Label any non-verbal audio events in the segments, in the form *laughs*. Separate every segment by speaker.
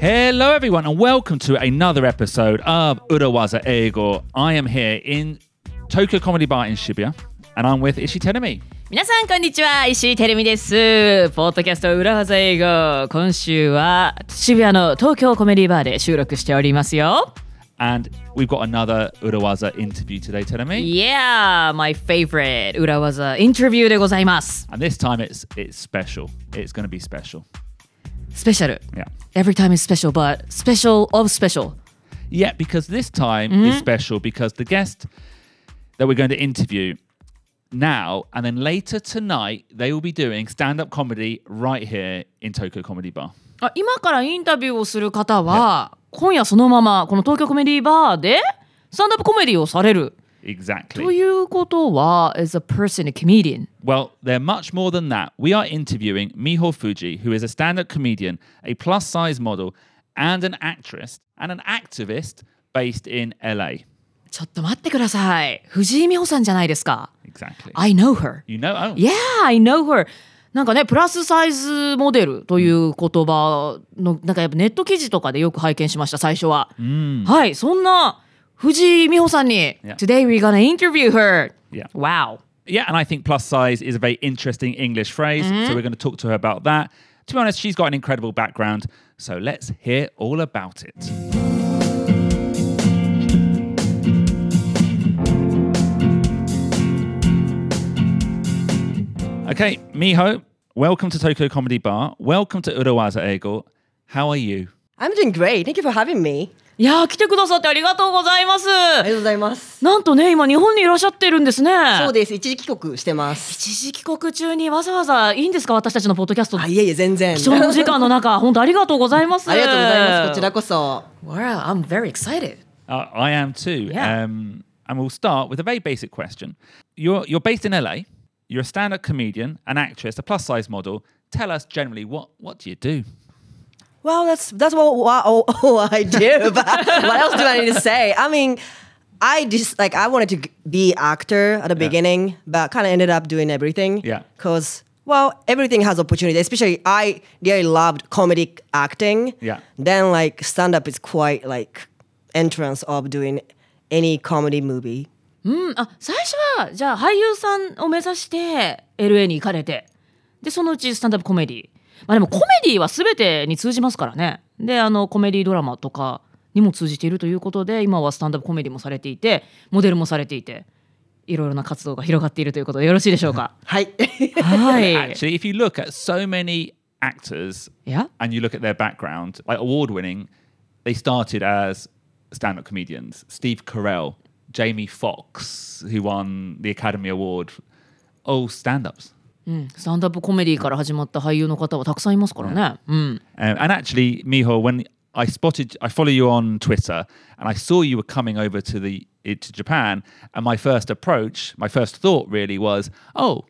Speaker 1: Hello, everyone, and welcome to another episode of Urawaza Eigo. I am here in Tokyo Comedy Bar in Shibuya, and I'm with Ishi Tenemi.
Speaker 2: 皆さんこんにちは石井てるみですポッドキャスト裏技英語今週は渋谷の東京コメディバーで収録しておりますよ
Speaker 1: And we've got another Urawaza interview today, Tenemi.
Speaker 2: Yeah my favorite 裏技インタビューでございます
Speaker 1: And this time it's it's special. It's going to be special.
Speaker 2: スペシャル
Speaker 1: Yeah.
Speaker 2: Every time is special but special of special
Speaker 1: Yeah, because this time is special because the guest that we're going to interview now and then later tonight, they will be doing stand up comedy right here in Tokyo Comedy Bar.
Speaker 2: あ今からインタビューをする方は今夜そのままこの東京コメディバーでスタンダップコメディをされると
Speaker 1: Exactly.
Speaker 2: いうことは as a person a comedian
Speaker 1: Well, they're much more than that. We are interviewing Miho Fuji, who is a stand up comedian, a plus size model, and an actress and an activist based in LA.
Speaker 2: ちょっと待ってください藤井美穂さんじゃないですか
Speaker 1: Exactly.
Speaker 2: I know her
Speaker 1: you know, oh,
Speaker 2: Yeah, I know her. なんかね、プラスサイズモデルという言葉の、なんかやっぱネット記事とかでよく拝見しました、最初は。はい、そんな藤井美穂さんに、
Speaker 1: Yeah.
Speaker 2: Today we're gonna interview her.
Speaker 1: Yeah.
Speaker 2: Wow.
Speaker 1: Yeah, and I think plus size is a very interesting English phrase. So we're going to talk to her about that. To be honest, she's got an incredible background. So let's hear all about it. Okay, Miho, welcome to Tokyo Comedy Bar. Welcome to Urawaza Eagle. How are you?
Speaker 3: I'm doing great. Thank you for having me.
Speaker 2: いやー、来てくださってありがとうございます。
Speaker 3: ありがとうございます。
Speaker 2: なんとね、今日本にいらっしゃってるんですね。
Speaker 3: そうです。一時帰国してます。
Speaker 2: 一時帰国中にわざわざいいんですか、私たちのポッドキャスト。
Speaker 3: あ、いえいえ、全然。
Speaker 2: 貴重なお時間の中、本当ありがとうございます。
Speaker 3: ありがとうございます。こちらこそ。
Speaker 2: Wow, I'm very excited.
Speaker 1: Uh, I am too.
Speaker 2: Yeah.
Speaker 1: Um, and we'll start with a very basic question. You're you're based in LA. You're a stand-up comedian, an actress, a plus-size model. Tell us generally what what do you do?
Speaker 3: Well, that's that's what, what all, all I do. *laughs* But what else do I need to say? I mean, I just like I wanted to be actor at the beginning, but kind of ended up doing everything.
Speaker 1: Yeah.
Speaker 3: Cause well, everything has opportunity. Especially I really loved comedic acting.
Speaker 1: Yeah.
Speaker 3: Then like stand up is quite like entrance of doing any comedy movie.
Speaker 2: あ最初はじゃあ俳優さんを目指して LA に行かれてでそのうちスタンダップコメディまあでもコメディは全てに通じますからねであのコメディドラマとかにも通じているということで今はスタンダップコメディもされていてモデルもされていていろいろな活動が広がっているということでよろしいでしょうか
Speaker 3: はい。
Speaker 2: はい。
Speaker 1: Actually, if you look at so many actors
Speaker 2: いや
Speaker 1: and you look at their background, like award-winning, they started as stand-up comedians. Steve Carell, Jamie Foxx, who won the Academy Award, all stand-ups.
Speaker 2: スタンダップコメディから始まった俳優の方はたくさんいますからね。うん、
Speaker 1: Um, and actually, Miho, when I spotted, I follow you on Twitter, and I saw you were coming over to the eh, to Japan. And my first approach, my first thought, really was, "Oh,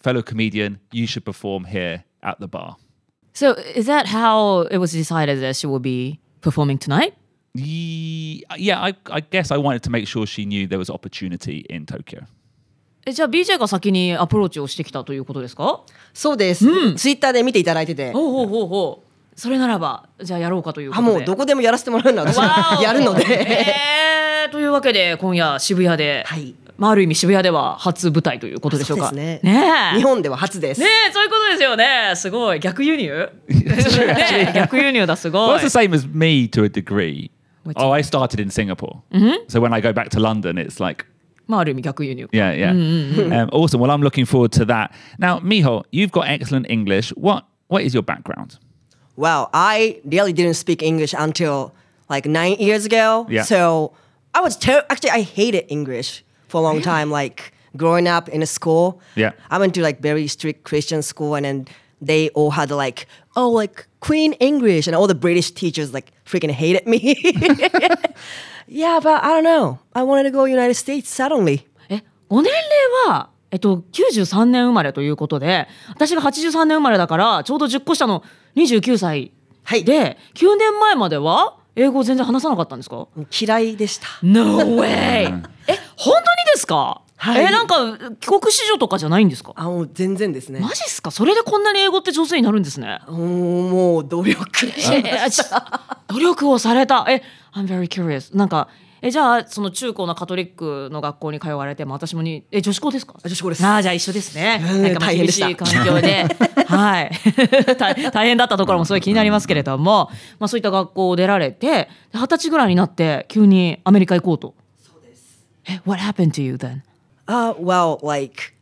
Speaker 1: fellow comedian, you should perform here at the bar."
Speaker 2: So is that how it was decided that she will be performing tonight?
Speaker 1: Ye- Yeah, I, I guess I wanted to make sure she knew there was opportunity in Tokyo.
Speaker 2: えじゃあ BJ が先にアプローチをしてきたということですか
Speaker 3: そうです。ツイッターで見ていただいてて。
Speaker 2: ほうほうほうほうそれならばじゃあやろうかというこ
Speaker 3: あ
Speaker 2: とで
Speaker 3: もうどこでもやらせてもらうのは私
Speaker 2: わお
Speaker 3: *laughs* やるので、
Speaker 2: *laughs* えーというわけで今夜渋谷で、
Speaker 3: はい
Speaker 2: まあ、ある意味渋谷では初舞台ということでしょうか
Speaker 3: そうですね
Speaker 2: ねえ
Speaker 3: 日本では初です、
Speaker 2: ねえそういうことですよねすごい逆輸
Speaker 3: *laughs*
Speaker 2: 入ねえ逆輸入だすご
Speaker 1: Well,
Speaker 2: い
Speaker 1: it's the same as me to a degree.
Speaker 2: What's
Speaker 1: oh, I started in Singapore, so when I go back to London, it's like
Speaker 2: まあある意味逆輸入
Speaker 1: Yeah, yeah. Um, awesome. Well, I'm looking forward to that. Now, Miho, you've got excellent English. What What is your background?
Speaker 3: Well I really didn't speak English until like nine years ago
Speaker 1: Yeah.
Speaker 3: so I was ter- actually I hated English for a long time like growing up in a school
Speaker 1: Yeah.
Speaker 3: I went to like very strict Christian school and then they all had like oh like Queen English and all the British teachers like freaking hated me *laughs* yeah but I don't know I wanted to go United States suddenly
Speaker 2: えご年齢はえっと93年生まれということで私が83年生まれだからちょうど10個下の29歳
Speaker 3: はい
Speaker 2: で9年前までは英語を全然話さなかったんですか
Speaker 1: *laughs*
Speaker 3: 嫌いでした
Speaker 2: No way! え本当にですか、
Speaker 3: はい
Speaker 2: えなんか帰国子女とかじゃないんですか
Speaker 3: あもう全然ですね
Speaker 2: マジっすかそれでこんなに英語って上手になるんですね
Speaker 3: もうもう努力
Speaker 2: えあち *laughs* 努力をされたえ I'm very curious なんかえじゃあその中高のカトリックの学校に通われても私もにえ女子校ですか
Speaker 3: あ女子校です
Speaker 2: ああじゃあ一緒ですね。
Speaker 3: うん
Speaker 2: なんかまあ
Speaker 3: 大変
Speaker 2: 厳
Speaker 3: で
Speaker 2: し
Speaker 3: した
Speaker 2: い環境
Speaker 3: *laughs*
Speaker 2: で、はい、 *laughs* 大大変だったところもすごい気になりますけれども、まあそういった学校を出られて、で二十歳ぐらいになって急にアメリカ行こうと。そうです。え、What happened to you then?
Speaker 3: Uh, well, like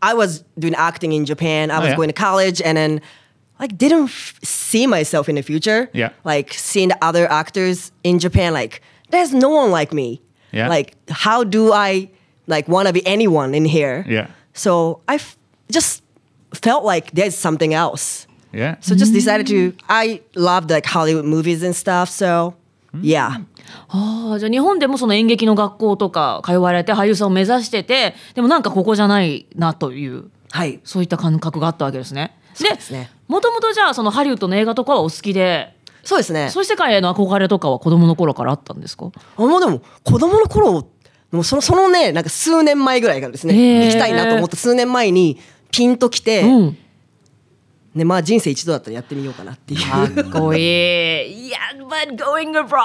Speaker 3: I was doing acting in Japan. I was
Speaker 1: Oh, yeah.
Speaker 3: going to college, and then like didn't f- see myself in the future.
Speaker 1: Yeah.
Speaker 3: like seeing the other actors in Japan, like there's no one like me.
Speaker 1: Yeah.
Speaker 3: like how do I like want to be anyone in here?
Speaker 1: Yeah.
Speaker 3: so I f- just felt like there's something else.
Speaker 1: Yeah.
Speaker 3: So just decided to. I loved like Hollywood movies and stuff. So
Speaker 1: Hmm.
Speaker 3: yeah,
Speaker 2: ああ、じゃあ日本でもその演劇の学校とか通われて俳優さんを目指してて、でもなんかここじゃないなという。
Speaker 3: hi.
Speaker 2: そういった感覚があったわけですね。で
Speaker 3: ですね
Speaker 2: もともとじゃあそのハリウッドの映画とかはお好きで、
Speaker 3: そうですね。
Speaker 2: そういう世界への憧れとかは子供の頃からあったんですか。
Speaker 3: あもうでも子供の頃もうそのそのねなんか数年前ぐらいからですね、
Speaker 2: へー
Speaker 3: 行きたいなと思った数年前にピンときて、
Speaker 2: うん。
Speaker 3: ねまあ人生一度だったらやってみようかなっていう
Speaker 2: かっこいい。Yeah, but going abroad.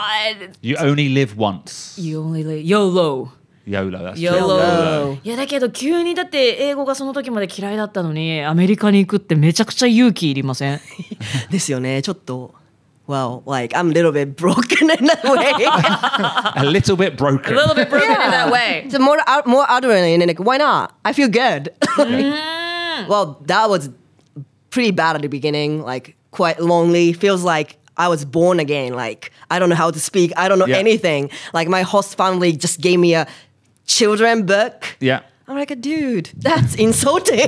Speaker 1: You only live once.
Speaker 2: You only live YOLO.
Speaker 1: YOLO. That's true.
Speaker 2: YOLO. いやだけど急にだって英語がその時まで嫌いだったのにアメリカに行くってめちゃくちゃ勇気いりま *laughs* せん。
Speaker 3: ですよねちょっと Well, like I'm a little bit broken in that way.
Speaker 1: A little bit broken.
Speaker 2: bit broken in that way.
Speaker 3: so more ad- more adrenaline and like why not? I feel good. *laughs* well, that was pretty bad at the beginning. Like quite lonely. Feels like I was born again. Like I don't know how to speak. I don't know
Speaker 1: Yeah.
Speaker 3: anything. Like my host family just gave me a children book.
Speaker 1: Yeah.
Speaker 3: I'm like, dude, that's
Speaker 2: *laughs*
Speaker 3: insulting. *laughs*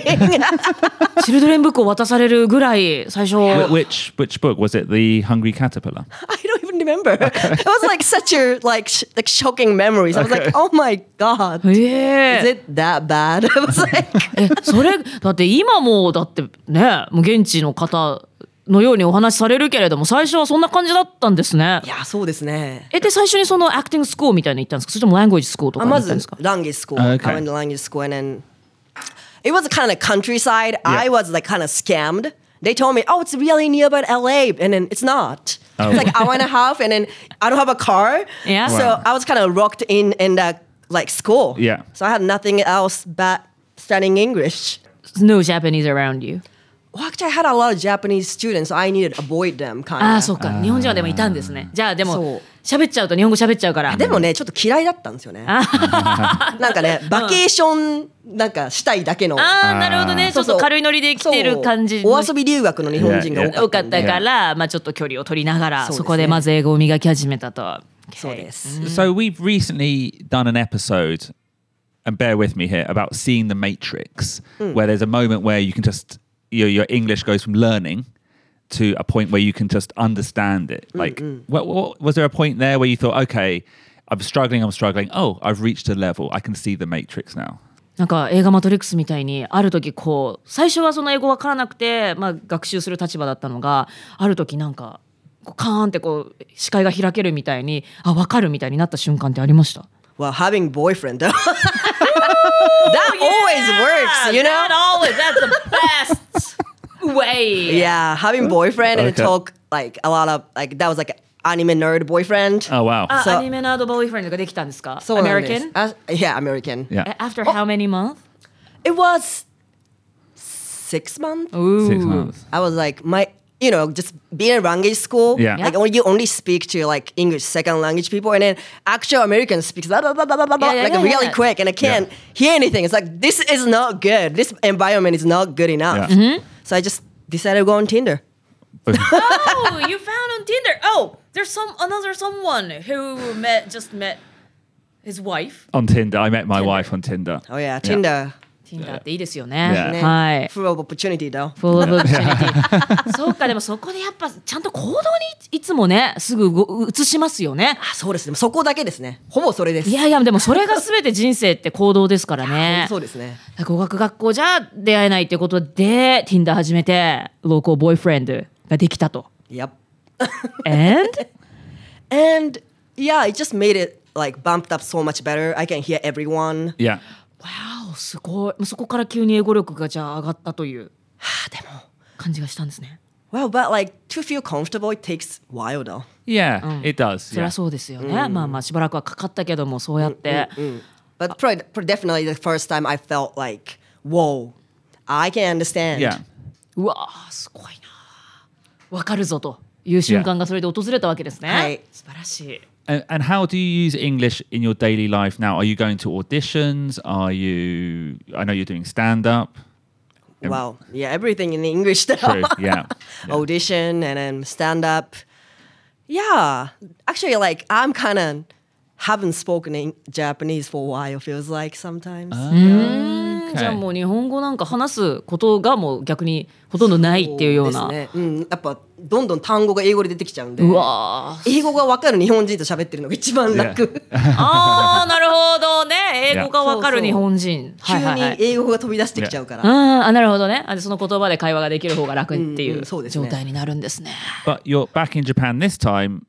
Speaker 2: チルドレンブックを渡されるぐらい最初。
Speaker 1: Wh- Which which book was it? The Hungry Caterpillar.
Speaker 3: I don't even remember. It was like such a like sh- like shocking memories. I was like, oh my god, is
Speaker 2: ええ
Speaker 3: it that bad? *laughs* I was like,
Speaker 2: えそれだって今もだってねもう現地の方のようにお話しされるけれども最初はそんな感じだったんですね。
Speaker 3: yeah, そうですね。
Speaker 2: えで最初にそのアクティングスクールみたいに行ったんですかそれともランゲージスクールとか
Speaker 3: あ
Speaker 2: に行
Speaker 3: ま
Speaker 2: った
Speaker 3: ず
Speaker 2: んですか
Speaker 3: language school.
Speaker 1: Ah, Okay.
Speaker 3: I went to language school and then it was kind of like countryside. I was like kind of scammed. They told me, oh, it's really near about LA, and then it's not.
Speaker 1: Oh.
Speaker 3: It's like
Speaker 1: *laughs*
Speaker 3: hour and a half, and then I don't have a car.
Speaker 2: Yeah.
Speaker 3: So
Speaker 1: Wow.
Speaker 3: I was kind of locked in in the like school.
Speaker 1: Yeah.
Speaker 3: So I had nothing else but studying English.
Speaker 2: No Japanese around you
Speaker 3: Well, actually, I had a lot of Japanese students, so I needed to avoid them
Speaker 2: あ
Speaker 3: kind
Speaker 2: あそっか日本人はでもいたんですねじゃあで
Speaker 3: そう
Speaker 2: も喋っちゃうと日本語喋っちゃうから
Speaker 3: でもね、ちょっと嫌いだったんですよね。 *laughs* なんかね、バケーションなんかしたいだけの。
Speaker 2: ああなるほどねち
Speaker 3: そ
Speaker 2: ょ
Speaker 3: う
Speaker 2: っ
Speaker 3: そう
Speaker 2: と軽いノリで生きてる感じ
Speaker 3: そう
Speaker 2: の
Speaker 3: お遊び留学の日本人が多かった
Speaker 2: 多かっ
Speaker 3: んで
Speaker 2: たからまあちょっと距離を取りながら
Speaker 3: そうですね
Speaker 2: そこでまず英語を磨き始めたと
Speaker 3: そうです、
Speaker 1: So we've recently done an episode, and bear with me here, about seeing the Matrix, where there's a moment where you can just your your English goes from learning to a point where you can just understand it. Like, what, what was there a point there where you thought, okay, I'm struggling, I'm struggling. Oh, I've reached a level. I can see the Matrix now.
Speaker 2: なんか映画「マトリックス」みたいにある時こう最初はその英語わからなくて、まあ、学習する立場だったのがある時なんかこうカーンってこう視界が開けるみたいにあわかるみたいになった瞬間ってありました
Speaker 3: Well, having boyfriend though. *laughs* that
Speaker 2: Oh,
Speaker 3: always works, you know? *laughs* Yeah, having boyfriend and
Speaker 1: Okay.
Speaker 3: talk like a lot of like that was like anime nerd boyfriend.
Speaker 1: Oh wow.
Speaker 2: あ
Speaker 3: So-
Speaker 2: アニメのアドボーイフレンドができたんですか
Speaker 3: そうなんです
Speaker 2: American?
Speaker 3: As- yeah, American.
Speaker 1: yeah.
Speaker 2: After how many months?
Speaker 3: It was six months.
Speaker 1: Six months.
Speaker 3: I was like, my, you know, just being a language school,
Speaker 1: Yeah.
Speaker 3: like only, you only speak to like English second language people, and then actual Americans speaks blah, blah, blah, blah, blah, blah,
Speaker 2: Yeah, yeah,
Speaker 3: like
Speaker 2: yeah,
Speaker 3: really
Speaker 2: yeah.
Speaker 3: quick, and I can't hear anything. It's like this is not good. This environment is not good enough.
Speaker 1: Yeah.
Speaker 2: Mm-hmm.
Speaker 3: So I just decided to go on Tinder.
Speaker 2: *laughs* Oh, you found on Tinder. Oh, there's some another someone who met just met his wife.
Speaker 1: on Tinder, I met my wife on Tinder.
Speaker 3: Oh yeah, Tinder.
Speaker 2: Tinder っていいですよね。
Speaker 1: Yeah.
Speaker 2: はい。
Speaker 3: Full of opportunity though.
Speaker 2: Full of *laughs* opportunity. そうかでもそこでやっぱちゃんと行動にいつもねすぐご移しますよね。
Speaker 3: あそう Ah, ですね。そこだけですね。ほぼそれです。
Speaker 2: いやいやでもそれが全て人生って行動ですから *laughs* ね
Speaker 3: そ。うですね。
Speaker 2: 語学学校じゃ出会えないっていうことで Tinder 始めてローコーボーイフレンドができたと。
Speaker 3: Yep.
Speaker 2: And
Speaker 3: And yeah, it just made it like bumped up so much better. I can hear everyone. *sighs*
Speaker 1: Yeah.
Speaker 2: わおすごい *laughs* まあそこから急に英語力がじゃあ上がったという感じがしたんですね
Speaker 3: Well, but like to feel comfortable, it takes a while though.
Speaker 1: Yeah, it does.
Speaker 2: そり
Speaker 1: yeah.
Speaker 2: ゃそうですよね、まあまあしばらくはかかったけどもそうやって、
Speaker 1: Uh,
Speaker 3: But pro- pro- definitely the first time I felt like, whoa, I can understand.
Speaker 1: Yeah.
Speaker 2: うわあすごいなわかるぞという瞬間がそれで訪れたわけですね、
Speaker 3: はい
Speaker 2: 素晴らしい
Speaker 1: And, and how do you use English in your daily life now? Are you going to auditions? Are you? I know you're doing stand up.
Speaker 3: Wow. Yeah, everything in English though.
Speaker 1: True.
Speaker 3: *laughs*
Speaker 1: Yeah. Yeah.
Speaker 3: Audition and then stand up. Yeah. Actually, like I'm kind of haven't spoken in Japanese for a while, feels like sometimes.
Speaker 1: Ah.
Speaker 2: Mm.
Speaker 3: Mm,
Speaker 2: じゃあ
Speaker 1: Okay.
Speaker 2: もう日本語なんか話すことがもう逆にほとんどないっていうような
Speaker 3: そうですねうん、Mm, やっぱどんどん単語が英語で出てきちゃうんで
Speaker 2: うわあ
Speaker 3: 英語が分かる日本人と喋ってるのが一番楽、
Speaker 2: *laughs* あーなるほどね英語がわかる日本人はいはいはい
Speaker 3: 急に英語が飛び出してきちゃうから、
Speaker 2: うんあなるほどねあその言葉で会話ができる方が楽って
Speaker 3: うん
Speaker 2: いううん
Speaker 3: そうですね
Speaker 2: 状態になるんですね。
Speaker 1: But you're back in Japan this time,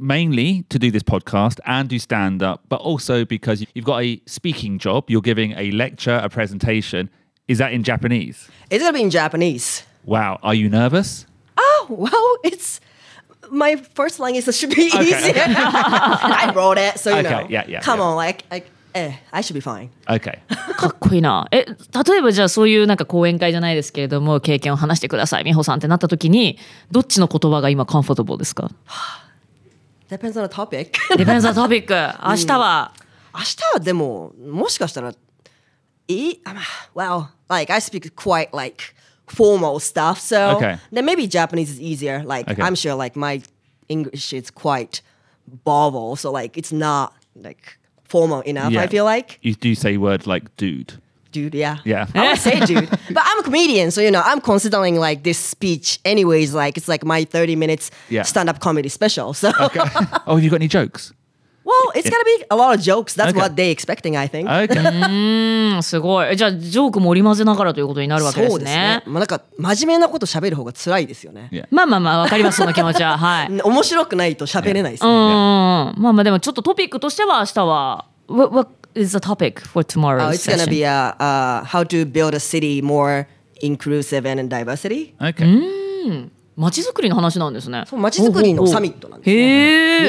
Speaker 1: mainly to do this podcast and do stand up, but also because you've got a speaking job. You're giving a lecture, a presentation. Is that in Japanese?
Speaker 3: It's gonna be in Japanese
Speaker 1: Wow. Are you nervous?
Speaker 3: Oh well it's my first language so it should be
Speaker 1: Okay.
Speaker 3: easy *laughs* I wrote it so you
Speaker 1: Okay,
Speaker 3: know
Speaker 1: yeah, yeah,
Speaker 3: come
Speaker 1: yeah.
Speaker 3: on like I, eh, I should be fine
Speaker 1: Okay.
Speaker 2: かっこいいな。え例えばじゃあそういうなんか講演会じゃないですけれども経験を話してください美穂さんってなった時にどっちの言葉が今カンフォートブルですか
Speaker 3: depends on the topic
Speaker 2: *laughs*
Speaker 3: *laughs*
Speaker 2: ディフェンサートピック明日は、
Speaker 3: 明日はでももしかしたらいいあまあ well like I speak quite like formal stuff so
Speaker 1: Okay.
Speaker 3: then maybe Japanese is easier like
Speaker 1: Okay.
Speaker 3: I'm sure like my English is quite bobble so like it's not like formal enough
Speaker 1: Yeah.
Speaker 3: I feel like
Speaker 1: You do say words like dude.
Speaker 3: dude yeah
Speaker 1: Yeah.
Speaker 3: I would say
Speaker 1: *laughs*
Speaker 3: dude but I'm a comedian so you know I'm considering like this speech anyways like it's like my 30 minutes
Speaker 1: Yeah.
Speaker 3: stand up comedy special so
Speaker 1: oh, have you got any jokes?
Speaker 3: *laughs* well it's gonna be a lot of jokes that's
Speaker 1: Okay.
Speaker 3: what they expecting I think
Speaker 1: Okay.
Speaker 3: *laughs*
Speaker 2: うん、すごいじゃあジョークも織り交ぜながらということになるわけですね。
Speaker 3: まあ、なんか真面目なこと喋る方が辛いですよね。
Speaker 1: Yeah.
Speaker 2: まあまあまあわかりますその気持ちははい。
Speaker 3: *laughs*
Speaker 2: うん
Speaker 3: 面白くないと喋れないです、ね。
Speaker 2: まあまあでもちょっとトピックとしては明日は What, what is the topic for tomorrow's
Speaker 3: Uh, it's gonna
Speaker 2: session?
Speaker 3: be a, uh, how to build a city more inclusive and diversity.
Speaker 1: Okay.
Speaker 2: 街づくりの話なんですね。
Speaker 3: そう街づくりのサミットなんですね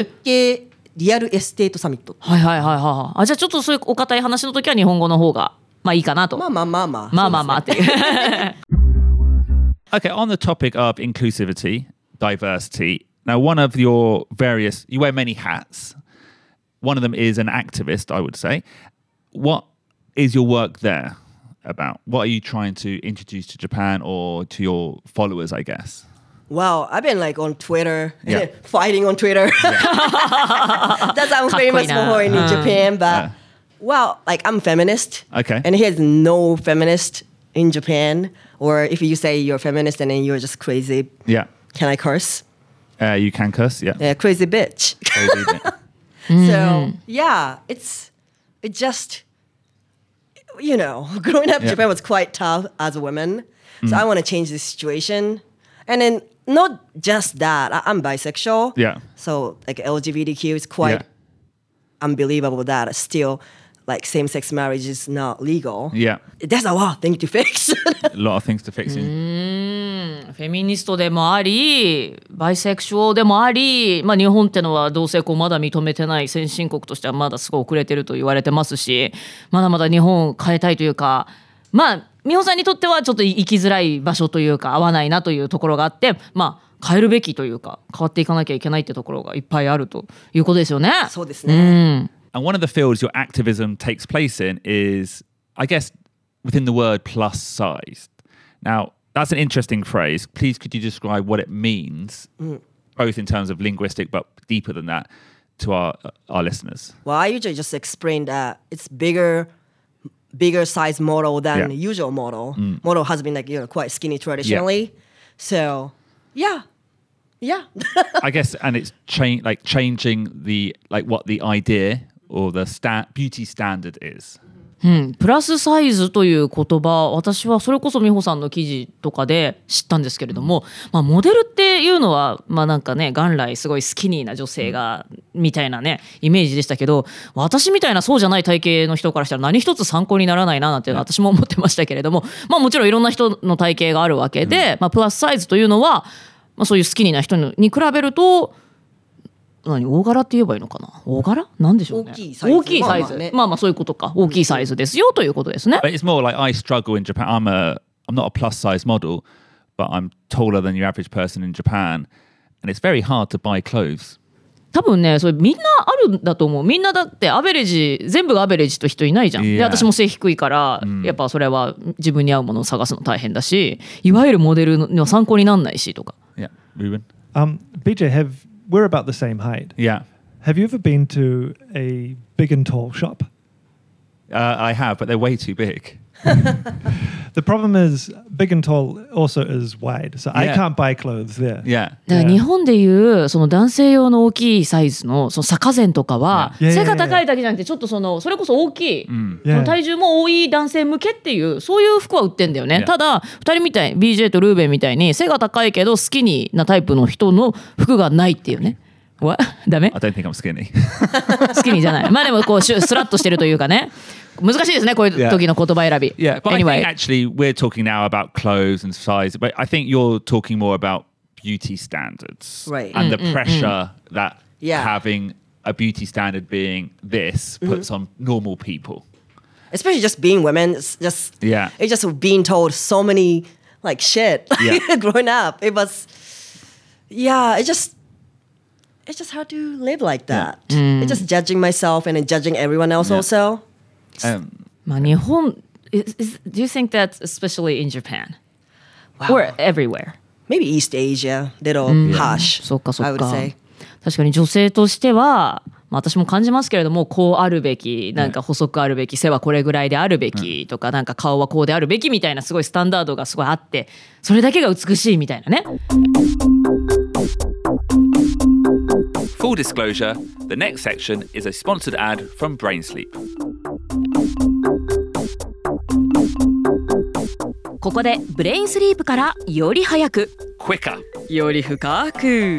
Speaker 2: ほうほうほうへえ。
Speaker 3: でリアルエステートサミット。
Speaker 2: はいはいはいはい。あじゃあちょっとそういうお堅い話の時は日本語の方がまあいいかなと。
Speaker 3: ま
Speaker 2: ま
Speaker 3: あ
Speaker 2: あ
Speaker 3: まあまあまあ。
Speaker 2: まあまあっていう。
Speaker 1: Okay, on the topic of inclusivity, diversity, now one of your various, you wear many hats. One of them is an activist, I would say. What is your work there about? What are you trying to introduce to Japan or to your followers, I guess?
Speaker 3: Wow, I've been like on Twitter,
Speaker 1: Yeah.
Speaker 3: *laughs* fighting on Twitter. *laughs* That's how I'm famous
Speaker 2: かっこいいな。
Speaker 3: for in Japan. But
Speaker 1: Yeah.
Speaker 3: well, like I'm feminist.
Speaker 1: Okay.
Speaker 3: And here's no feminist in Japan. Or if you say you're feminist and then you're just crazy.
Speaker 1: Yeah.
Speaker 3: Can I curse?
Speaker 1: Uh, you can curse, yeah.
Speaker 3: Yeah, crazy bitch.
Speaker 1: Crazy, yeah. Mm-hmm.
Speaker 3: So yeah, it's it just you know, *laughs* growing up in
Speaker 1: Yeah. Mm.
Speaker 3: Japan was quite tough as a woman. So I want to change this situation. And then not just that, I, I'm bisexual.
Speaker 1: Yeah.
Speaker 3: So like LGBTQ is quite
Speaker 1: Yeah.
Speaker 3: unbelievable that still like same sex marriage is not legal.
Speaker 1: Yeah.
Speaker 3: There's a lot of things to fix. *laughs*
Speaker 1: A lot of things to fix in.
Speaker 2: フェミニストでもありバイセクシュアルでもあり、まあ、日本ってのは同性婚まだ認めてない先進国としてはまだすごい遅れてると言われてますしまだまだ日本を変えたいというかまあ美穂さんにとってはちょっと生きづらい場所というか合わないなというところがあってまあ変えるべきというか変わっていかなきゃいけないってところがいっぱいあるということですよね。
Speaker 3: そうです
Speaker 1: Mm.
Speaker 3: ね。
Speaker 1: And one of the fields your activism takes place in is, I guess, within the word plus sized. Now, that's an interesting phrase. Please, could you describe what it means, both in terms of linguistic, but deeper than that, to our uh, our listeners?
Speaker 3: Well, I usually just explain that it's bigger, bigger size model than
Speaker 1: Yeah. Mm.
Speaker 3: the usual model. Model has been like you know quite skinny traditionally, so yeah, yeah,
Speaker 1: I guess, and it's change like changing the like what the idea or the sta- beauty standard is.
Speaker 2: うん、プラスサイズという言葉私はそれこそ美穂さんの記事とかで知ったんですけれども、まあ、モデルっていうのはまあなんかね元来すごいスキニーな女性がみたいなねイメージでしたけど私みたいなそうじゃない体型の人からしたら何一つ参考にならないななんて私も思ってましたけれども、まあ、もちろんいろんな人の体型があるわけで、まあ、プラスサイズというのは、まあ、そういうスキニーな人にに比べると何大柄って言えばいいのかな大柄なんでしょうね
Speaker 3: 大きいサイズ
Speaker 2: 大きいサイズ
Speaker 3: まあまあね
Speaker 2: まあまあそういうことか大きいサイズですよということですね。
Speaker 1: But it's more like I struggle in Japan. I'm a I'm not a plus size model, but I'm taller than your average person in Japan, and it's very hard to buy clothes.
Speaker 2: 多分ねそれみんなあるんだと思うみんなだってアベレージ全部がアベレージと人いないじゃん。
Speaker 1: い
Speaker 2: で
Speaker 1: や
Speaker 2: 私も背低いから、やっぱそれは自分に合うものを探すの大変だしいわゆるモデルの参考になんないしとか。
Speaker 1: Yeah, Ruben.
Speaker 4: Um, BJ, have we're about the same height.
Speaker 1: Yeah,
Speaker 4: Have you ever been to a big and tall shop?
Speaker 1: uh, I have, but they're way too big.
Speaker 4: The problem is big and tall also is wide, so I
Speaker 1: Yeah.
Speaker 4: can't buy clothes there.
Speaker 1: Yeah,
Speaker 2: だから
Speaker 4: Yeah.
Speaker 2: 日本でいうその男性用の大きいサイズのその坂膳とかは
Speaker 4: Yeah.
Speaker 2: 背が高いだけじゃなくてちょっとそのそれこそ大きい、そ
Speaker 4: Yeah.
Speaker 2: の体重も多い男性向けっていうそういう服は売ってんだよね、
Speaker 1: Yeah.
Speaker 2: ただ2人みたい BJ とルーベンみたいに背が高いけどスキニーなタイプの人の服がないっていうねわダメ
Speaker 1: I don't think I'm skinny.
Speaker 2: スキニーじゃ *laughs* ないまあでもこうシュスラッとしてるというかね難しいですねこういう時の言葉選び
Speaker 1: Yeah, but I
Speaker 2: anyway
Speaker 1: think actually we're talking now about clothes and size, but I think you're talking more about beauty standards,
Speaker 3: Right. Mm,
Speaker 1: And the pressure that
Speaker 3: Yeah. Mm-hmm.
Speaker 1: having a beauty standard being this puts on normal people.
Speaker 3: especially just being women. It's just
Speaker 1: Yeah.
Speaker 3: it's just being told so many like shit
Speaker 1: Yeah.
Speaker 3: *laughs* growing up. It was yeah, it just it's just how to live like that. It's just judging myself and then judging everyone else
Speaker 1: Mm. Yeah.
Speaker 3: also.
Speaker 1: Um,
Speaker 2: まあ日本 is, is, Do you think that's especially in Japan? Or everywhere?
Speaker 3: Maybe East Asia, little
Speaker 1: Mm.
Speaker 3: harsh.
Speaker 2: そっかそ
Speaker 3: I
Speaker 2: っ
Speaker 3: would
Speaker 2: か
Speaker 3: say.。
Speaker 2: 確かに女性としては、まあ、私も感じますけれどもこうあるべきなんか細くあるべき背はこれぐらいであるべきとかなんか顔はこうであるべきみたいなすごいスタンダードがすごいあってそれだけが美しいみたいなね。
Speaker 1: full disclosure the next section is a sponsored ad from Brain Sleep.
Speaker 2: ここでブレインスリープからより早く
Speaker 1: Quicker,
Speaker 2: より深く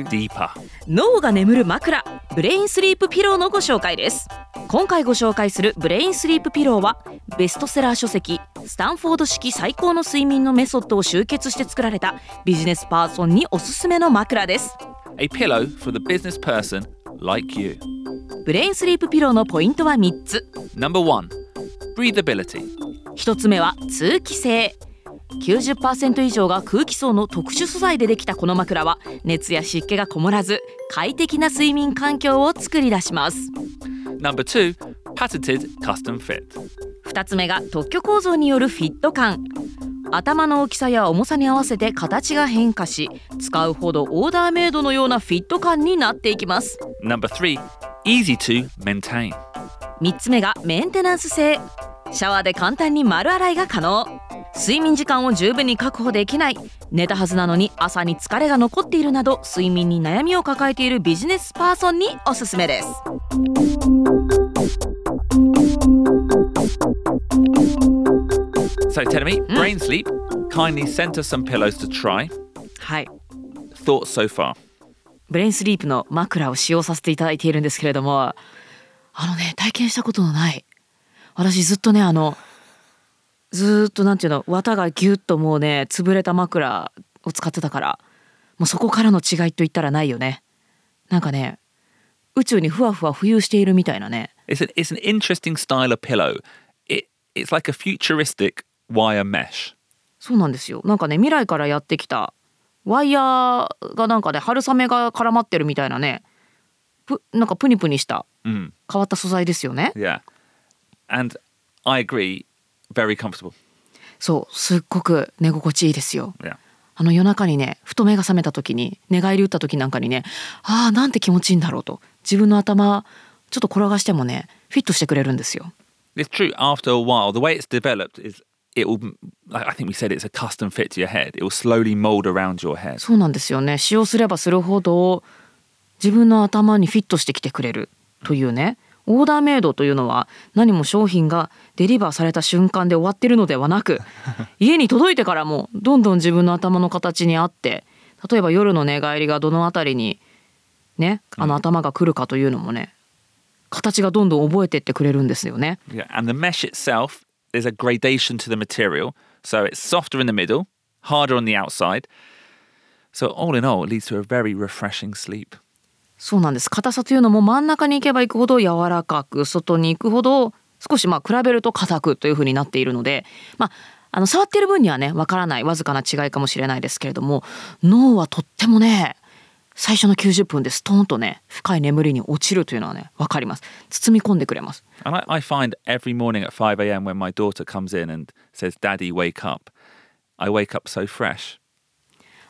Speaker 1: deeper.
Speaker 2: 脳が眠る枕ブレインスリープピローのご紹介です今回ご紹介するブレインスリープピローはベストセラー書籍スタンフォード式最高の睡眠のメソッドを集結して作られたビジネスパーソンにおすすめの枕です
Speaker 1: A pillow for the business person like you.
Speaker 2: ブレインスリープピローのポイントは3つ
Speaker 1: Number one, breathability.
Speaker 2: 1つ目は通気性90%以上が空気層の特殊素材でできたこの枕は熱や湿気がこもらず快適な睡眠環境を作り出します
Speaker 1: Number two, patented custom fit.
Speaker 2: 2つ目が特許構造によるフィット感頭の大きさや重さに合わせて形が変化し使うほどオーダーメイドのようなフィット感になっていきます
Speaker 1: Number three, easy to maintain.
Speaker 2: 3つ目がメンテナンス性シャワーで簡単に丸洗いが可能睡眠時間を十分に確保できない寝たはずなのに朝に疲れが残っているなど睡眠に悩みを抱えているビジネスパーソンにおすすめです
Speaker 1: So tell me, Brain Sleep kindly sent us some pillows to try.
Speaker 2: はい
Speaker 1: Thoughts so far?
Speaker 2: ブレインスリープの枕を使用させていただいているんですけれどもあのね体験したことのない私ずっとねあのずーっとなんていうの綿がギュッともうね潰れた枕を使ってたからもうそこからの違いと言ったらないよねなんかね宇宙にふわふわ浮遊しているみたいなね
Speaker 1: It's an it's an interesting style of pillow. It it's like a futuristic wire mesh.
Speaker 2: そうなんですよなんかね未来からやってきたワイヤーがなんかね春雨が絡まってるみたいなねぷなんかプニプニした変わった素材ですよね、
Speaker 1: Yeah. And I agree, very comfortable.
Speaker 2: そうすっごく寝心地いいですよ
Speaker 1: Yeah.
Speaker 2: あの夜中にねふと目が覚めた時に寝返り打った時なんかにねああなんて気持ちいいんだろうと自分の頭ちょっと転がしてもねフィットしてくれるんですよ
Speaker 1: It's true. After a while, the way it's developed is it will. like I think we said it's a custom fit to your head. It will slowly mold around your head.
Speaker 2: そうなんですよね使用すればするほど自分の頭にフィットしてきてくれるというねオーダーメイドというのは何も商品がデリバーされた瞬間で終わってるのではなく家に届いてからもどんどん自分の頭の形に合って例えば夜の寝返りがどの辺りにねあの頭が来るかというのもね形がどんどん覚えてってくれるんですよね。
Speaker 5: Yeah, and the mesh itself, there's a gradation to the material. So it's softer in the middle, harder on the outside. So, all in all, it leads to a very refreshing sleep.
Speaker 2: そうなんです硬さというのも真ん中に行けば行くほど柔らかく外に行くほど少しまあ比べると硬くというふうになっているので、まあ、あの触ってる分にはねわからないわずかな違いかもしれないですけれども脳はとってもね最初の90分でストーンとね深い眠りに落ちるというのはね分かります包み込んでくれます
Speaker 5: And I, I find every morning at 5 a.m. when my daughter comes in and says, Daddy, wake up, I wake up so fresh.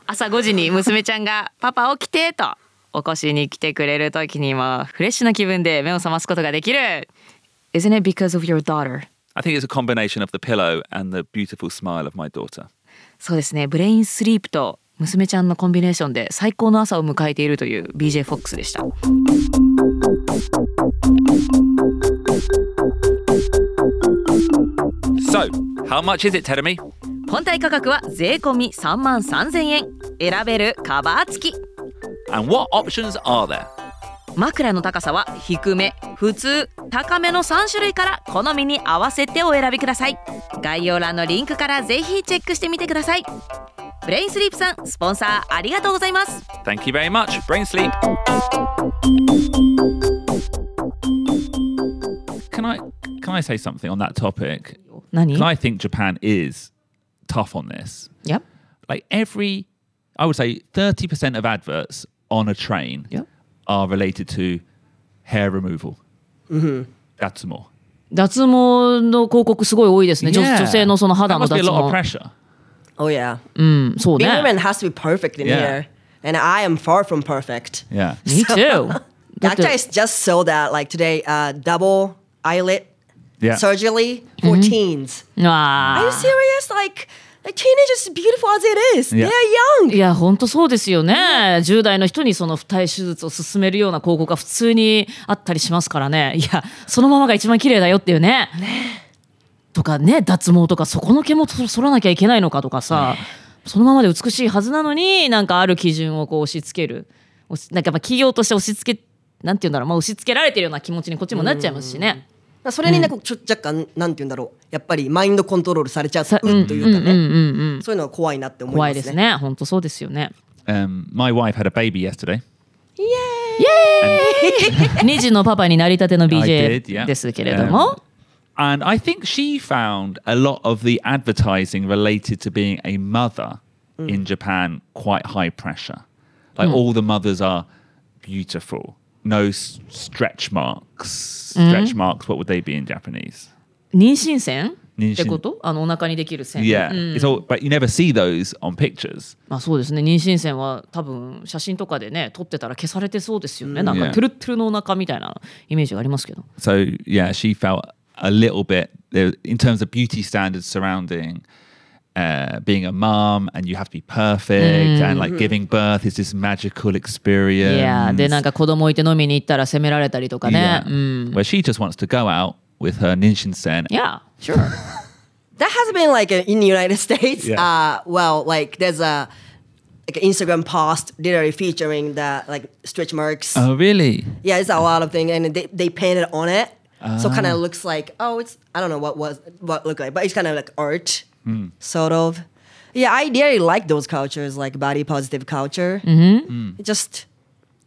Speaker 2: 朝5時に娘ちゃんが「パパ起きて!」と起こしに来てくれる時にもフレッシュな気分で目を覚ますことができる Isn't it because of your daughter?
Speaker 5: I think it's a combination of the pillow and the beautiful smile of my daughter.
Speaker 2: そうですねブレインスリープと娘ちゃんのコンビネーションで最高の朝を迎えているという BJ フォックスでした
Speaker 5: So, how much is it, Teremi?
Speaker 2: 本体価格は税込み3万3000円選べるカバー付き
Speaker 5: And what options are there?
Speaker 2: 枕の高さは低め普通高めの3種類から好みに合わせてお選びください概要欄のリンクからぜひチェックしてみてくださいブレインスリープさんスポンサーありがとうございます
Speaker 5: Thank you very much. Brain sleep.
Speaker 1: Can I can I say something on that topic?
Speaker 2: 何
Speaker 1: Because I think Japan is tough on this.
Speaker 2: Yep.
Speaker 1: Like every, I would say thirty percent of adverts on a train
Speaker 2: Yep.
Speaker 1: are related to hair removal. That's more.
Speaker 2: 脱毛の広告すごい多いですね。女
Speaker 1: Yeah.
Speaker 2: 女性のその
Speaker 1: That
Speaker 2: 肌の
Speaker 1: must be
Speaker 2: 脱
Speaker 1: a lot of
Speaker 2: 毛。
Speaker 1: pressure.
Speaker 3: Oh yeah.
Speaker 2: うん、そうね。
Speaker 3: Being women has to be perfect in
Speaker 1: Yeah.
Speaker 3: here. And I am far from perfect.
Speaker 1: Yeah.
Speaker 2: Me too. That
Speaker 3: Actually, I
Speaker 2: is-
Speaker 3: s- just saw that like today, uh, double eyelid
Speaker 1: Yeah. Mm-hmm. Ah.
Speaker 3: surgery for teens. Are
Speaker 2: あ
Speaker 3: you serious? Like, like teenagers is beautiful as it is.
Speaker 1: Yeah.
Speaker 3: They're young.
Speaker 2: ーいや本当そうですよね。10代の人にその二重手術を勧めるような広告が普通にあったりしますからね。いやそのままが一番綺麗だよっていうね。とかね脱毛とかそこの毛もそ剃らなきゃいけないのかとかさ、そのままで美しいはずなのになんかある基準をこう押し付ける。押しなんかまあ企業として押し付けなんて言うんだろうまあ押し付けられてるような気持ちにこっちもなっちゃいますしね。
Speaker 3: そ
Speaker 1: Mm.
Speaker 3: れにね、こうちょ若干、なんて言うんだろう。やっぱりマインドコントロールされちゃうと
Speaker 1: mm,
Speaker 3: いうかね。そういうのは怖いなって思い
Speaker 2: 怖
Speaker 3: ま
Speaker 2: い
Speaker 3: すね。
Speaker 2: ですね。本当そうですよね。
Speaker 1: Um, my wife had a baby yesterday.
Speaker 2: 二児のパパになりたての
Speaker 1: I
Speaker 2: BJ
Speaker 1: did, yeah.
Speaker 2: ですけれども
Speaker 1: Um,、and I think she found a lot of the advertising related to being a mother in Japan quite high pressure. Like all the mothers are beautiful, no s- stretch marks. Stretch marks, what would they be in Japanese?
Speaker 2: 妊娠線
Speaker 1: 妊娠
Speaker 2: ってこと？あのお腹にできる線。
Speaker 1: Yeah,
Speaker 2: うん
Speaker 1: it's all, but you never see those on pictures.
Speaker 2: まあそうですね。妊娠線は多分写真とかでね撮ってたら消されてそうですよね。なんか
Speaker 1: Yeah.
Speaker 2: トゥルットゥルのお腹みたいなイメージがありますけど。
Speaker 1: So yeah, she felt a little bit there- in terms of beauty standards surrounding uh, being a mom and you have to be perfect and like giving birth is this magical
Speaker 2: い
Speaker 1: experience.
Speaker 2: やーでなんか子供いて飲みに行ったら責められたりとかね
Speaker 1: Yeah.。
Speaker 2: うん。
Speaker 1: Where she just wants to go out with her Ninshinsen.
Speaker 2: Yeah, sure.
Speaker 3: That has been like in the United *laughs* States.
Speaker 1: Yeah.
Speaker 3: Uh, well, like there's a like an Instagram post literally featuring the like stretch marks.
Speaker 1: Oh really?
Speaker 3: Yeah, it's a lot of things, and they they painted on it, so kind of looks like oh, it's I don't know what was what it looked like, but it's kind of like art, sort of. Yeah, I really like those cultures, like body positive culture. Mm-hmm. It just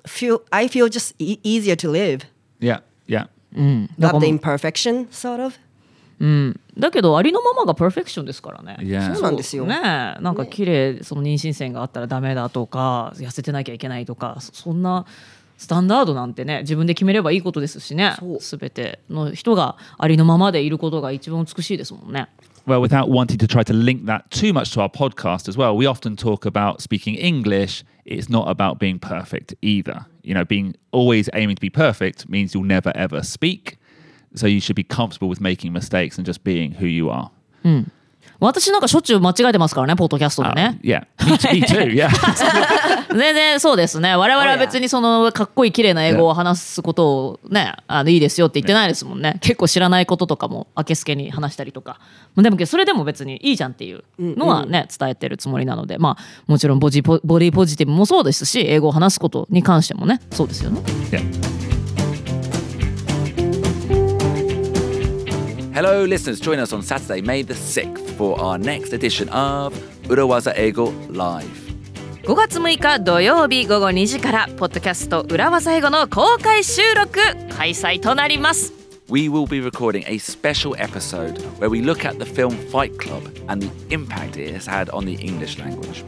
Speaker 3: feel I feel just e- easier to live,
Speaker 1: Yeah, yeah.
Speaker 3: love the imperfection, sort of.
Speaker 2: だけどありのままがパーフェクションですからね。
Speaker 1: Yeah.
Speaker 3: そうなんですよ
Speaker 2: ねえなんか綺麗その妊娠線があったらダメだとか痩せてなきゃいけないとかそそんなスタンダードなんてね自分で決めればいいことですしね
Speaker 3: そう
Speaker 2: 全ての人がありのままでいることが一番美しいですもんね。
Speaker 1: Well, without wanting to try to link that too much to our podcast as well, we often talk about speaking English. It's not about being perfect either. You know, being always aiming to be perfect means you'll never ever speak. So you should be comfortable with making mistakes and just being who you are.
Speaker 2: 私なんかしょっちゅう間違えてますからねポッドキャストで
Speaker 1: Uh,
Speaker 2: ね、
Speaker 1: yeah. Me too. me too, Yeah.
Speaker 2: 全然そうですね我々は別にそのかっこいい綺麗な英語を話すことをねあのいいですよって言ってないですもんね結構知らないこととかもあけすけに話したりとかでもそれでも別にいいじゃんっていうのはね伝えてるつもりなのでまあもちろんボジポボディポジティブもそうですし英語を話すことに関してもねそうですよね
Speaker 1: yeah.
Speaker 5: Hello, listeners. Join us on Saturday, May the 6th, for our next edition of Urawaza Ego Live.
Speaker 6: 5月6日土曜日午後2時からポッドキャスト裏技英語の公開収録開催となります。
Speaker 5: We will be recording a special episode where we look at the film Fight Club and the impact it has had on the English language.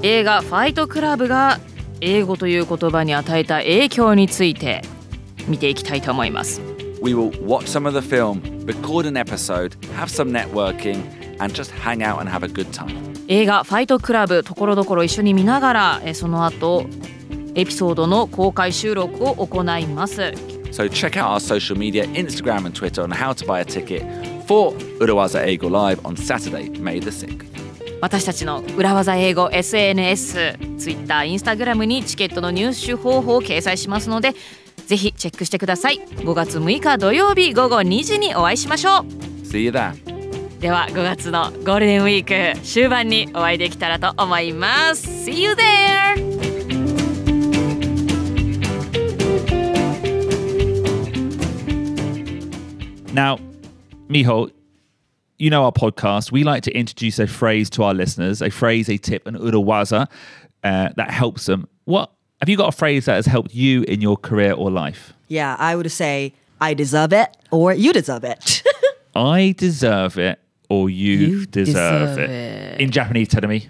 Speaker 6: 映画「ファイトクラブ」が英語という言葉に与えた影響について見ていきたいと思います。
Speaker 5: We will watch some of the film, record an episode, have some networking, and just hang out and have a good time.
Speaker 6: 映画「ファイトクラブ」ところどころ一緒に見ながらえーその後エピソードの公開収録を行います。
Speaker 5: So check out our social media, Instagram and Twitter, on how to buy a ticket for Urawaza Ego Live on Saturday, May the 6th.
Speaker 6: 私たちの裏技英語 SNS、Twitter、Instagram にチケットの入手方法を掲載しますので、ぜひチェックしてください。5月6日土曜日午後2時にお会いしましょ
Speaker 5: See you there.
Speaker 6: う。では5月のゴールデンウィーク終盤にお会いできたらと思います。See you there!
Speaker 1: Now, Miho, you know our podcast. We like to introduce a phrase to our listeners, a phrase, a tip, an urawaza uh, that helps them. What have you got a phrase that has helped you in your career or life?
Speaker 3: Yeah, I would say I deserve it or you deserve it. *laughs*
Speaker 1: I deserve it, or you,
Speaker 6: You
Speaker 1: deserve,
Speaker 6: deserve
Speaker 1: it. In Japanese, tell me.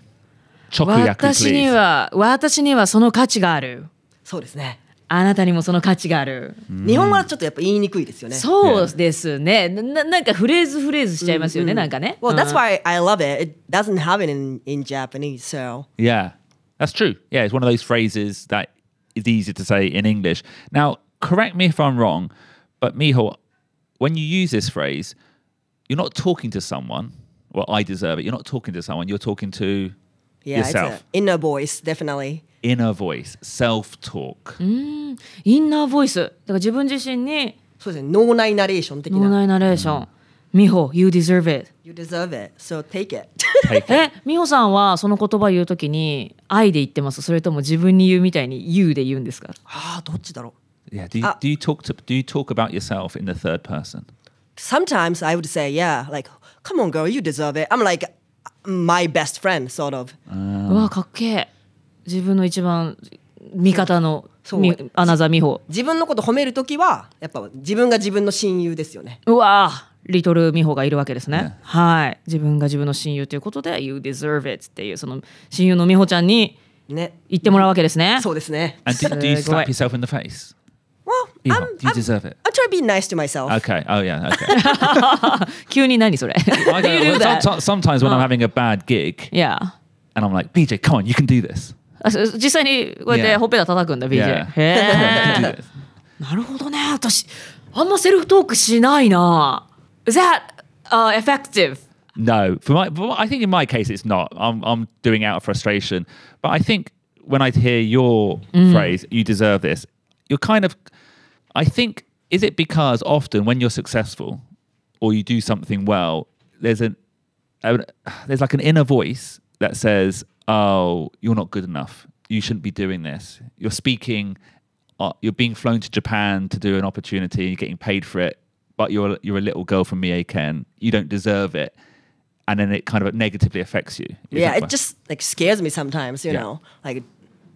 Speaker 1: Chokuyaku,
Speaker 6: 私に
Speaker 1: please.
Speaker 6: は、私にはその価値がある。
Speaker 3: そうですね。
Speaker 6: あなたにもその価値がある。
Speaker 3: 日本語はちょっとやっぱ言いにくいですよね。
Speaker 6: そうですね。ななんかフレーズフレーズしちゃいますよね、なんかね。
Speaker 3: Well,
Speaker 6: うん
Speaker 3: that's why I love it. It doesn't have it in, in Japanese, so.
Speaker 1: Yeah, that's true. Yeah, it's one of those phrases that is easy to say in English. Now, correct me if I'm wrong, but Miho, when you use this phrase, you're not talking to someone. Well, I deserve it. You're not talking to someone. You're talking to
Speaker 3: Yeah,
Speaker 1: Yourself.
Speaker 3: it's a inner voice, definitely.
Speaker 1: inner voice, self talk.
Speaker 6: インナーボイス。だから自分自身に
Speaker 3: そうですね。脳内ナレーション的
Speaker 6: 脳
Speaker 3: な。
Speaker 6: 内ナレーション。美穂、You deserve it。
Speaker 3: You deserve it, so take it. *laughs*
Speaker 6: え、美穂さんはその言葉言うときに愛で言ってますそれとも自分に言うみたいに You で言うんですか
Speaker 3: ああ、どっちだろう
Speaker 1: Yeah. Do you, do you talk to do you talk about yourself in the third person?
Speaker 3: sometimes I would say, yeah, like, come on, girl, you deserve it. I'm like my best friend, sort of.
Speaker 6: うわ、かっけえ。自分の一番味方の
Speaker 3: そう
Speaker 6: みアナザー美穂。
Speaker 3: 自分のこと褒めるときは、やっぱ自分が自分の親友ですよね。
Speaker 6: うわーリトル美穂がいるわけですね。はい。自分が自分の親友ということで You deserve it っていうその親友の美穂ちゃんに
Speaker 3: ね。
Speaker 6: 言ってもらうわけですね。
Speaker 3: そうですね。
Speaker 1: And do, do you
Speaker 6: Uh,
Speaker 1: slap
Speaker 6: great.
Speaker 1: yourself in the face?
Speaker 3: Well,
Speaker 1: Miho,
Speaker 3: I'm,
Speaker 1: you
Speaker 3: I'm,
Speaker 1: deserve it.
Speaker 3: I'm trying to be nice to myself.
Speaker 1: Okay. Oh yeah. Okay.
Speaker 6: 急に何それ *laughs*
Speaker 1: I don't,
Speaker 6: You do that.
Speaker 1: somet- sometimes when I'm having a bad gig
Speaker 6: いや。
Speaker 1: and I'm like, BJ, come on, you can do this.
Speaker 6: あそ実際にこうやって
Speaker 1: Yeah.
Speaker 6: ほっぺた叩くんだ
Speaker 1: Yeah.
Speaker 6: BJ。へ
Speaker 1: You
Speaker 6: ー
Speaker 1: can do this.
Speaker 6: なるほどね私あんまセルフトークしないな。Is that、uh, effective?
Speaker 1: *laughs* No, for my, but I think in my case it's not. I'm I'm doing it out of frustration, but I think when I hear your phrase, "You deserve this," you're kind of, I think, is it because often when you're successful or you do something well, there's an, an there's like an inner voice that says, "Oh, you're not good enough. You shouldn't be doing this. You're speaking." Uh, you're being flown to Japan to do an opportunity. You're getting paid for it, but you're you're a little girl from Miaken. You don't deserve it and then it kind of negatively affects you.
Speaker 3: yeah,
Speaker 1: Is that
Speaker 3: it just like scares me sometimes, you
Speaker 1: Yeah.
Speaker 3: know. Like,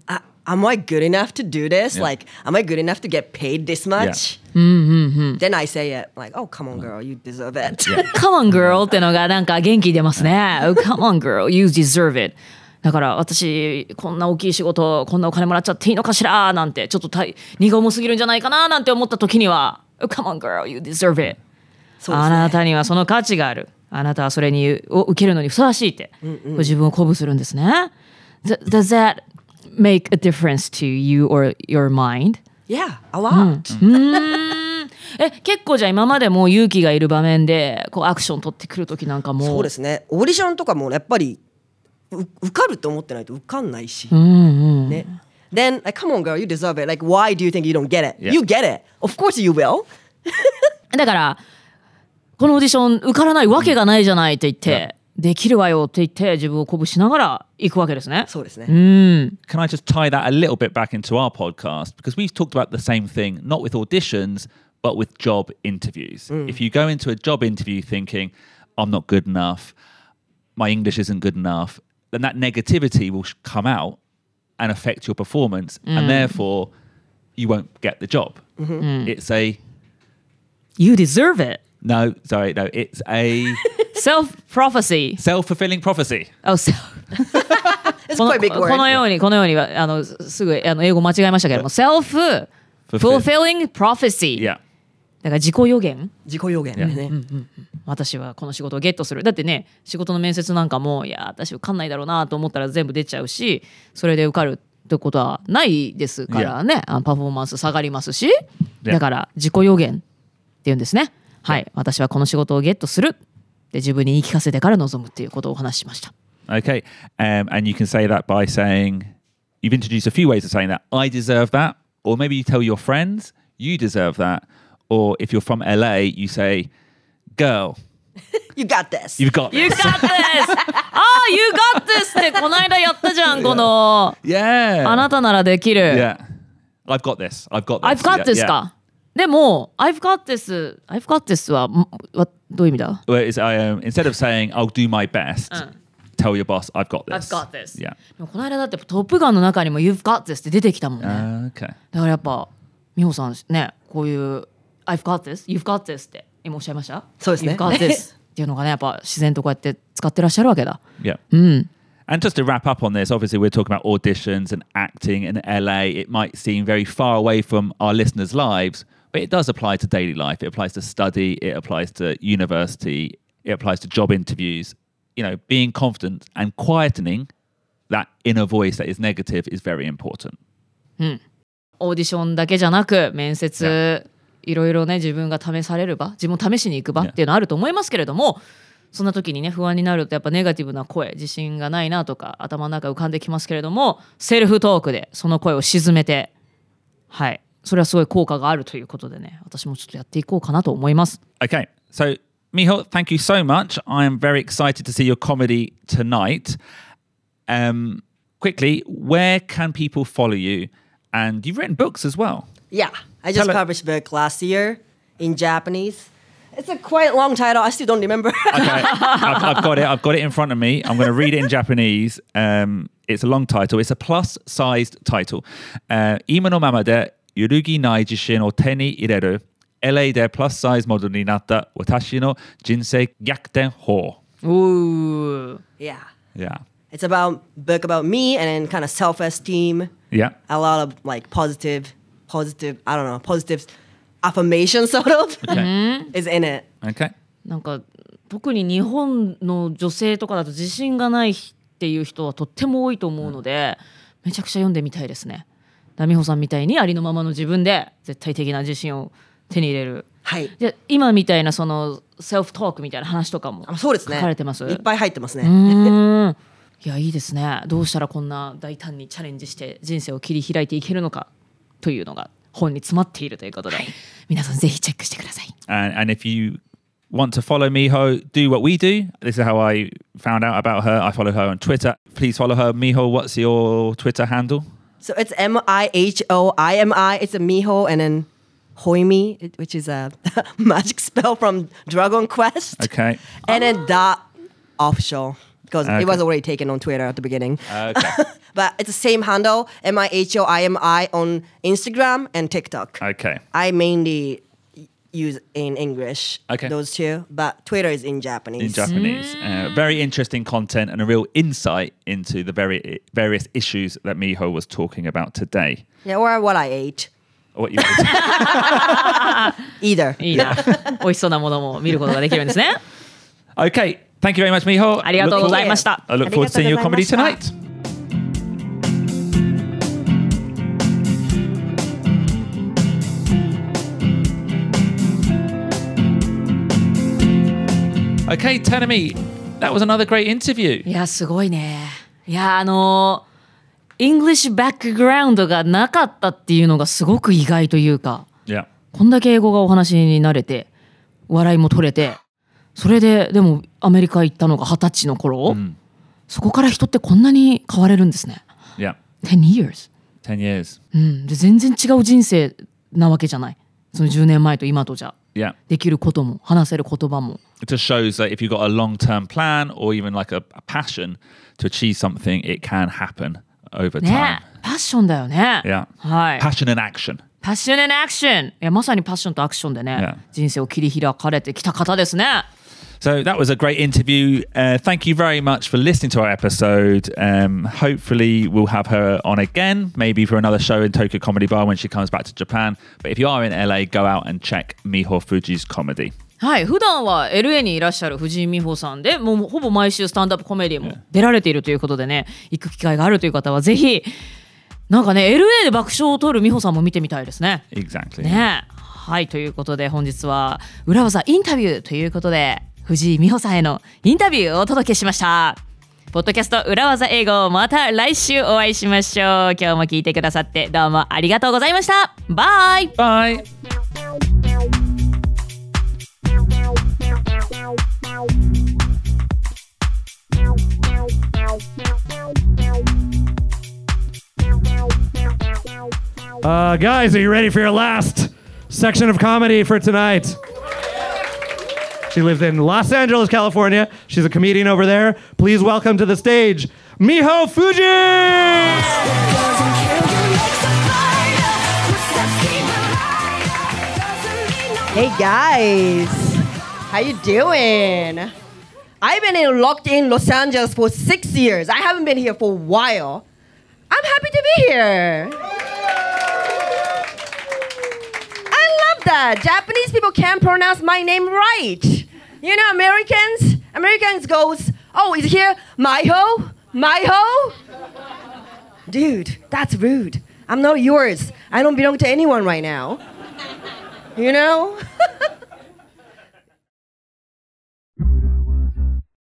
Speaker 3: I, am I good enough to do this?
Speaker 1: Yeah.
Speaker 3: Like, am I good enough to get paid this much? Then I say it like, oh, come on, girl, you deserve it. *laughs*
Speaker 6: Come on girl ってのがなんか元気出ますね。Come on girl, you deserve it. だから私こんな大きい仕事こんなお金もらっちゃっていいのかしらなんてちょっとたい荷が重すぎるんじゃないかななんて思った時には Come on girl, you deserve it.
Speaker 3: そうです
Speaker 6: あ
Speaker 3: ね
Speaker 6: なたにはその価値がある。あなたはそれにを受けるのにふさわしいって、これ自分を鼓舞するんですね。Th- Does that make a difference to you or your mind?
Speaker 3: yeah, a lot.
Speaker 6: え結構じゃあ今までもう勇気がいる場面でこうアクション取ってくる時なんかも
Speaker 3: そうですねオーディションとかもやっぱりう受かると思ってないと受かんないし、ね Then like come on girl you deserve it like why do you think you don't get it
Speaker 1: Yeah.
Speaker 3: you get it of course you will
Speaker 6: だからこのオーディション受からないわけがないじゃないって言って、できるわよって言って自分を鼓舞しながら行くわけですね。
Speaker 3: そうですね、
Speaker 1: Can I just tie that a little bit back into our podcast? Because we've talked about the same thing, not with auditions, but with job interviews. If you go into a job interview thinking, I'm not good enough, my English isn't good enough, then that negativity will sh- come out and affect your performance. And therefore, you won't get the job. It's a
Speaker 6: You deserve it.
Speaker 1: no, sorry, no, it's a
Speaker 6: Self prophecy.
Speaker 1: self fulfilling prophecy.
Speaker 6: あそう
Speaker 3: *laughs* It's
Speaker 6: この
Speaker 3: quite a big
Speaker 6: この
Speaker 3: word
Speaker 6: ようにこのようにはあのすぐあの英語間違えましたけれども self fulfilling prophecy
Speaker 1: Yeah.
Speaker 6: だから自己予言
Speaker 3: 自己予言でね、
Speaker 6: 私はこの仕事をゲットするだってね仕事の面接なんかもいや私受かんないだろうなと思ったら全部出ちゃうしそれで受かるってことはないですからね、あのパフォーマンス下がりますし、だから自己予言っていうんですねはい、私はこの仕事をゲットするで自分に言い聞かせてから臨むっていうことをお話ししました。
Speaker 1: Okay. Um, and you can say that by saying, you've introduced a few ways of saying that. I deserve that. Or maybe you tell your friends, you deserve that. Or if you're from LA, you say, girl,
Speaker 3: You got this
Speaker 1: you've got
Speaker 6: You
Speaker 1: this.
Speaker 6: got this! ああ、You got this! ってこの間やったじゃん、この。
Speaker 1: Yeah.
Speaker 6: あなたならできる。
Speaker 1: yeah. I've got this. I've got this.
Speaker 6: I've got
Speaker 1: Yeah,
Speaker 6: this
Speaker 1: yeah.
Speaker 6: か。でも、I've got this, I've got this は、んわどういう意味だ
Speaker 1: Well, it's, I, um, instead of saying, I'll do my best, tell your boss, I've got this.
Speaker 6: Uh. I've got this.
Speaker 1: Yeah.
Speaker 6: でもこの間だって、トップガンの中にも You've got this って出てきたもんね。
Speaker 1: Okay.
Speaker 6: だからやっぱ、美穂さんね、こういう I've got this, You've got this って今おっしゃいました
Speaker 3: そうですね
Speaker 6: You've got this っていうのがね、やっぱ自然とこうやって使ってらっしゃるわけだ。
Speaker 1: Yeah. And just to wrap up on this, obviously, we're talking about auditions and acting in LA. It might seem very far away from our listeners' lives, but it does apply to daily life. It applies to study, it applies to university, it applies to job interviews. You know, being confident and quietening that inner voice that is negative is very important.
Speaker 6: オーディションだけじゃなく面接いろいろね自分が試される場自分を試しに行く場っていうのあると思いますけれどもそんな時にね不安になるとやっぱネガティブな声自信がないなとか頭の中浮かんできますけれどもセルフトークでその声を沈めてはいそれはすごい効果があるということでね私もちょっとやっていこうかなと思います。
Speaker 1: Okay. So, Miho, thank you so much. I am very excited to see your comedy tonight. Um, quickly, where can people follow you? And you've written books as well.
Speaker 3: Yeah, I just
Speaker 1: Tell it-
Speaker 3: published a book last year in Japanese. It's a quite long title. I still
Speaker 1: *laughs*
Speaker 3: don't remember. *laughs*
Speaker 1: Okay, I've, I've got it. I've got it in front of me. I'm going to read it in Japanese. Um, it's a long title. It's a plus-sized title. Uh, 今のままで揺るぎない自信を手に入れる LA でプラスサイズモデルになった私の人生逆転法。
Speaker 6: うー
Speaker 3: yeah,
Speaker 1: Yeah,
Speaker 3: it's about book about me and then kind of self esteem.
Speaker 1: yeah,
Speaker 3: A lot of like positive, positive. I don't know, positive affirmation *laughs* sort of
Speaker 1: Mm-hmm.
Speaker 3: is in it.
Speaker 1: okay.
Speaker 6: なんか特に日本の女性とかだと自信がないっていう人はとっても多いと思うので、めちゃくちゃ読んでみたいですね。だ美穂さんみたいにありのままの自分で絶対的な自信を手に入れる。
Speaker 3: はい
Speaker 6: じゃあ今みたいなそのセルフトークみたいな話とかも
Speaker 3: あ
Speaker 6: 書
Speaker 3: そうですね。
Speaker 6: かれてます。
Speaker 3: いっぱい入ってますね。
Speaker 6: いやいいですね。どうしたらこんな大胆にチャレンジして人生を切り開いていけるのかというのが本に詰まっているということで、皆さんぜひチェックしてください。
Speaker 1: And and if you want to follow Miho, do what we do. This is how I found out about her. I follow her on Twitter. Please follow her. Miho, what's your Twitter handle?
Speaker 3: So it's M I H O I M I. It's a miho and then hoimi, it- which is a *laughs* magic spell from Dragon Quest.
Speaker 1: Okay.
Speaker 3: And then dot offshore because
Speaker 1: Ah. Okay. Ah.
Speaker 3: it was already taken on Twitter at the beginning.
Speaker 1: Okay.
Speaker 3: *laughs* But it's the same handle, M I H O I M I, on Instagram and TikTok.
Speaker 1: *laughs* Okay.
Speaker 3: I mainly y- use in English
Speaker 1: Okay.
Speaker 3: those two, but Twitter is in Japanese.
Speaker 1: in Japanese. Uh, very interesting content and a real insight into the very various issues that Miho was talking about today.
Speaker 3: yeah, or what I ate.
Speaker 1: What you would-
Speaker 3: Either.
Speaker 6: いいな。 *laughs* 美味しそうなものも見ることができるんですね。
Speaker 1: okay, thank you very much, Miho.
Speaker 6: ありがとうございました
Speaker 1: I look forward to seeing your comedy tonight. Okay, Tanami, that was another great interview.
Speaker 6: いや、すごいね。いや、あのー、イングリッシュバックグラウンドがなかったっていうのがすごく意外というか、
Speaker 1: Yeah.
Speaker 6: こんだけ英語がお話になれて、笑いも取れて、それで、でもアメリカ行ったのが二十歳の頃、そこから人ってこんなに変われるんですね。
Speaker 1: Yeah.
Speaker 6: 10 years。
Speaker 1: 10 years.
Speaker 6: うん。で、全然違う人生なわけじゃない。その10年前と今とじゃ。
Speaker 1: Yeah.
Speaker 6: できることも、話せる言葉も。
Speaker 1: It just shows that if you've got a long term plan or even like a, a passion to achieve something, it can happen over
Speaker 6: ね
Speaker 1: time.
Speaker 6: パッションだよね。
Speaker 1: Yeah.
Speaker 6: はい。
Speaker 1: Passion and action.
Speaker 6: パッション and アクションいやまさにパッションとアクションでね、
Speaker 1: Yeah.
Speaker 6: 人生を切り開かれてきた方ですね
Speaker 1: So that was a great interview. Uh, thank you very much for listening to our episode. Um, hopefully, we'll have her on again, maybe for another show in Tokyo Comedy Bar when she comes back to Japan. But if you are in LA, go out and check Miho Fuji's comedy.
Speaker 6: はい普段は LA にいらっしゃる藤井美穂さんでもうほぼ毎週スタンダップコメディも出られているということでね行く機会があるという方はぜひなんかね LA で爆笑を取る美穂さんも見てみたいですね
Speaker 1: Exactly.
Speaker 6: ねはいということで本日は裏技インタビューということで藤井美穂さんへのインタビューをお届けしましたポッドキャスト裏技英語また来週お会いしましょう今日も聞いてくださってどうもありがとうございましたバイ
Speaker 1: Bye.
Speaker 4: Uh, guys, are you ready for your last section of comedy for tonight? She lives in Los Angeles, California. She's a comedian over there. Please welcome to the stage, Miho Fuji!
Speaker 3: Hey guys, how you doing? I've been in, locked in Los Angeles for six years. I haven't been here for a while. I'm happy to be here. I love that. Japanese people can't pronounce my name right. You know, Americans, Americans goes, oh, is here Maiho? Maiho? Dude, that's rude. I'm not yours. I don't belong to anyone right now. You know?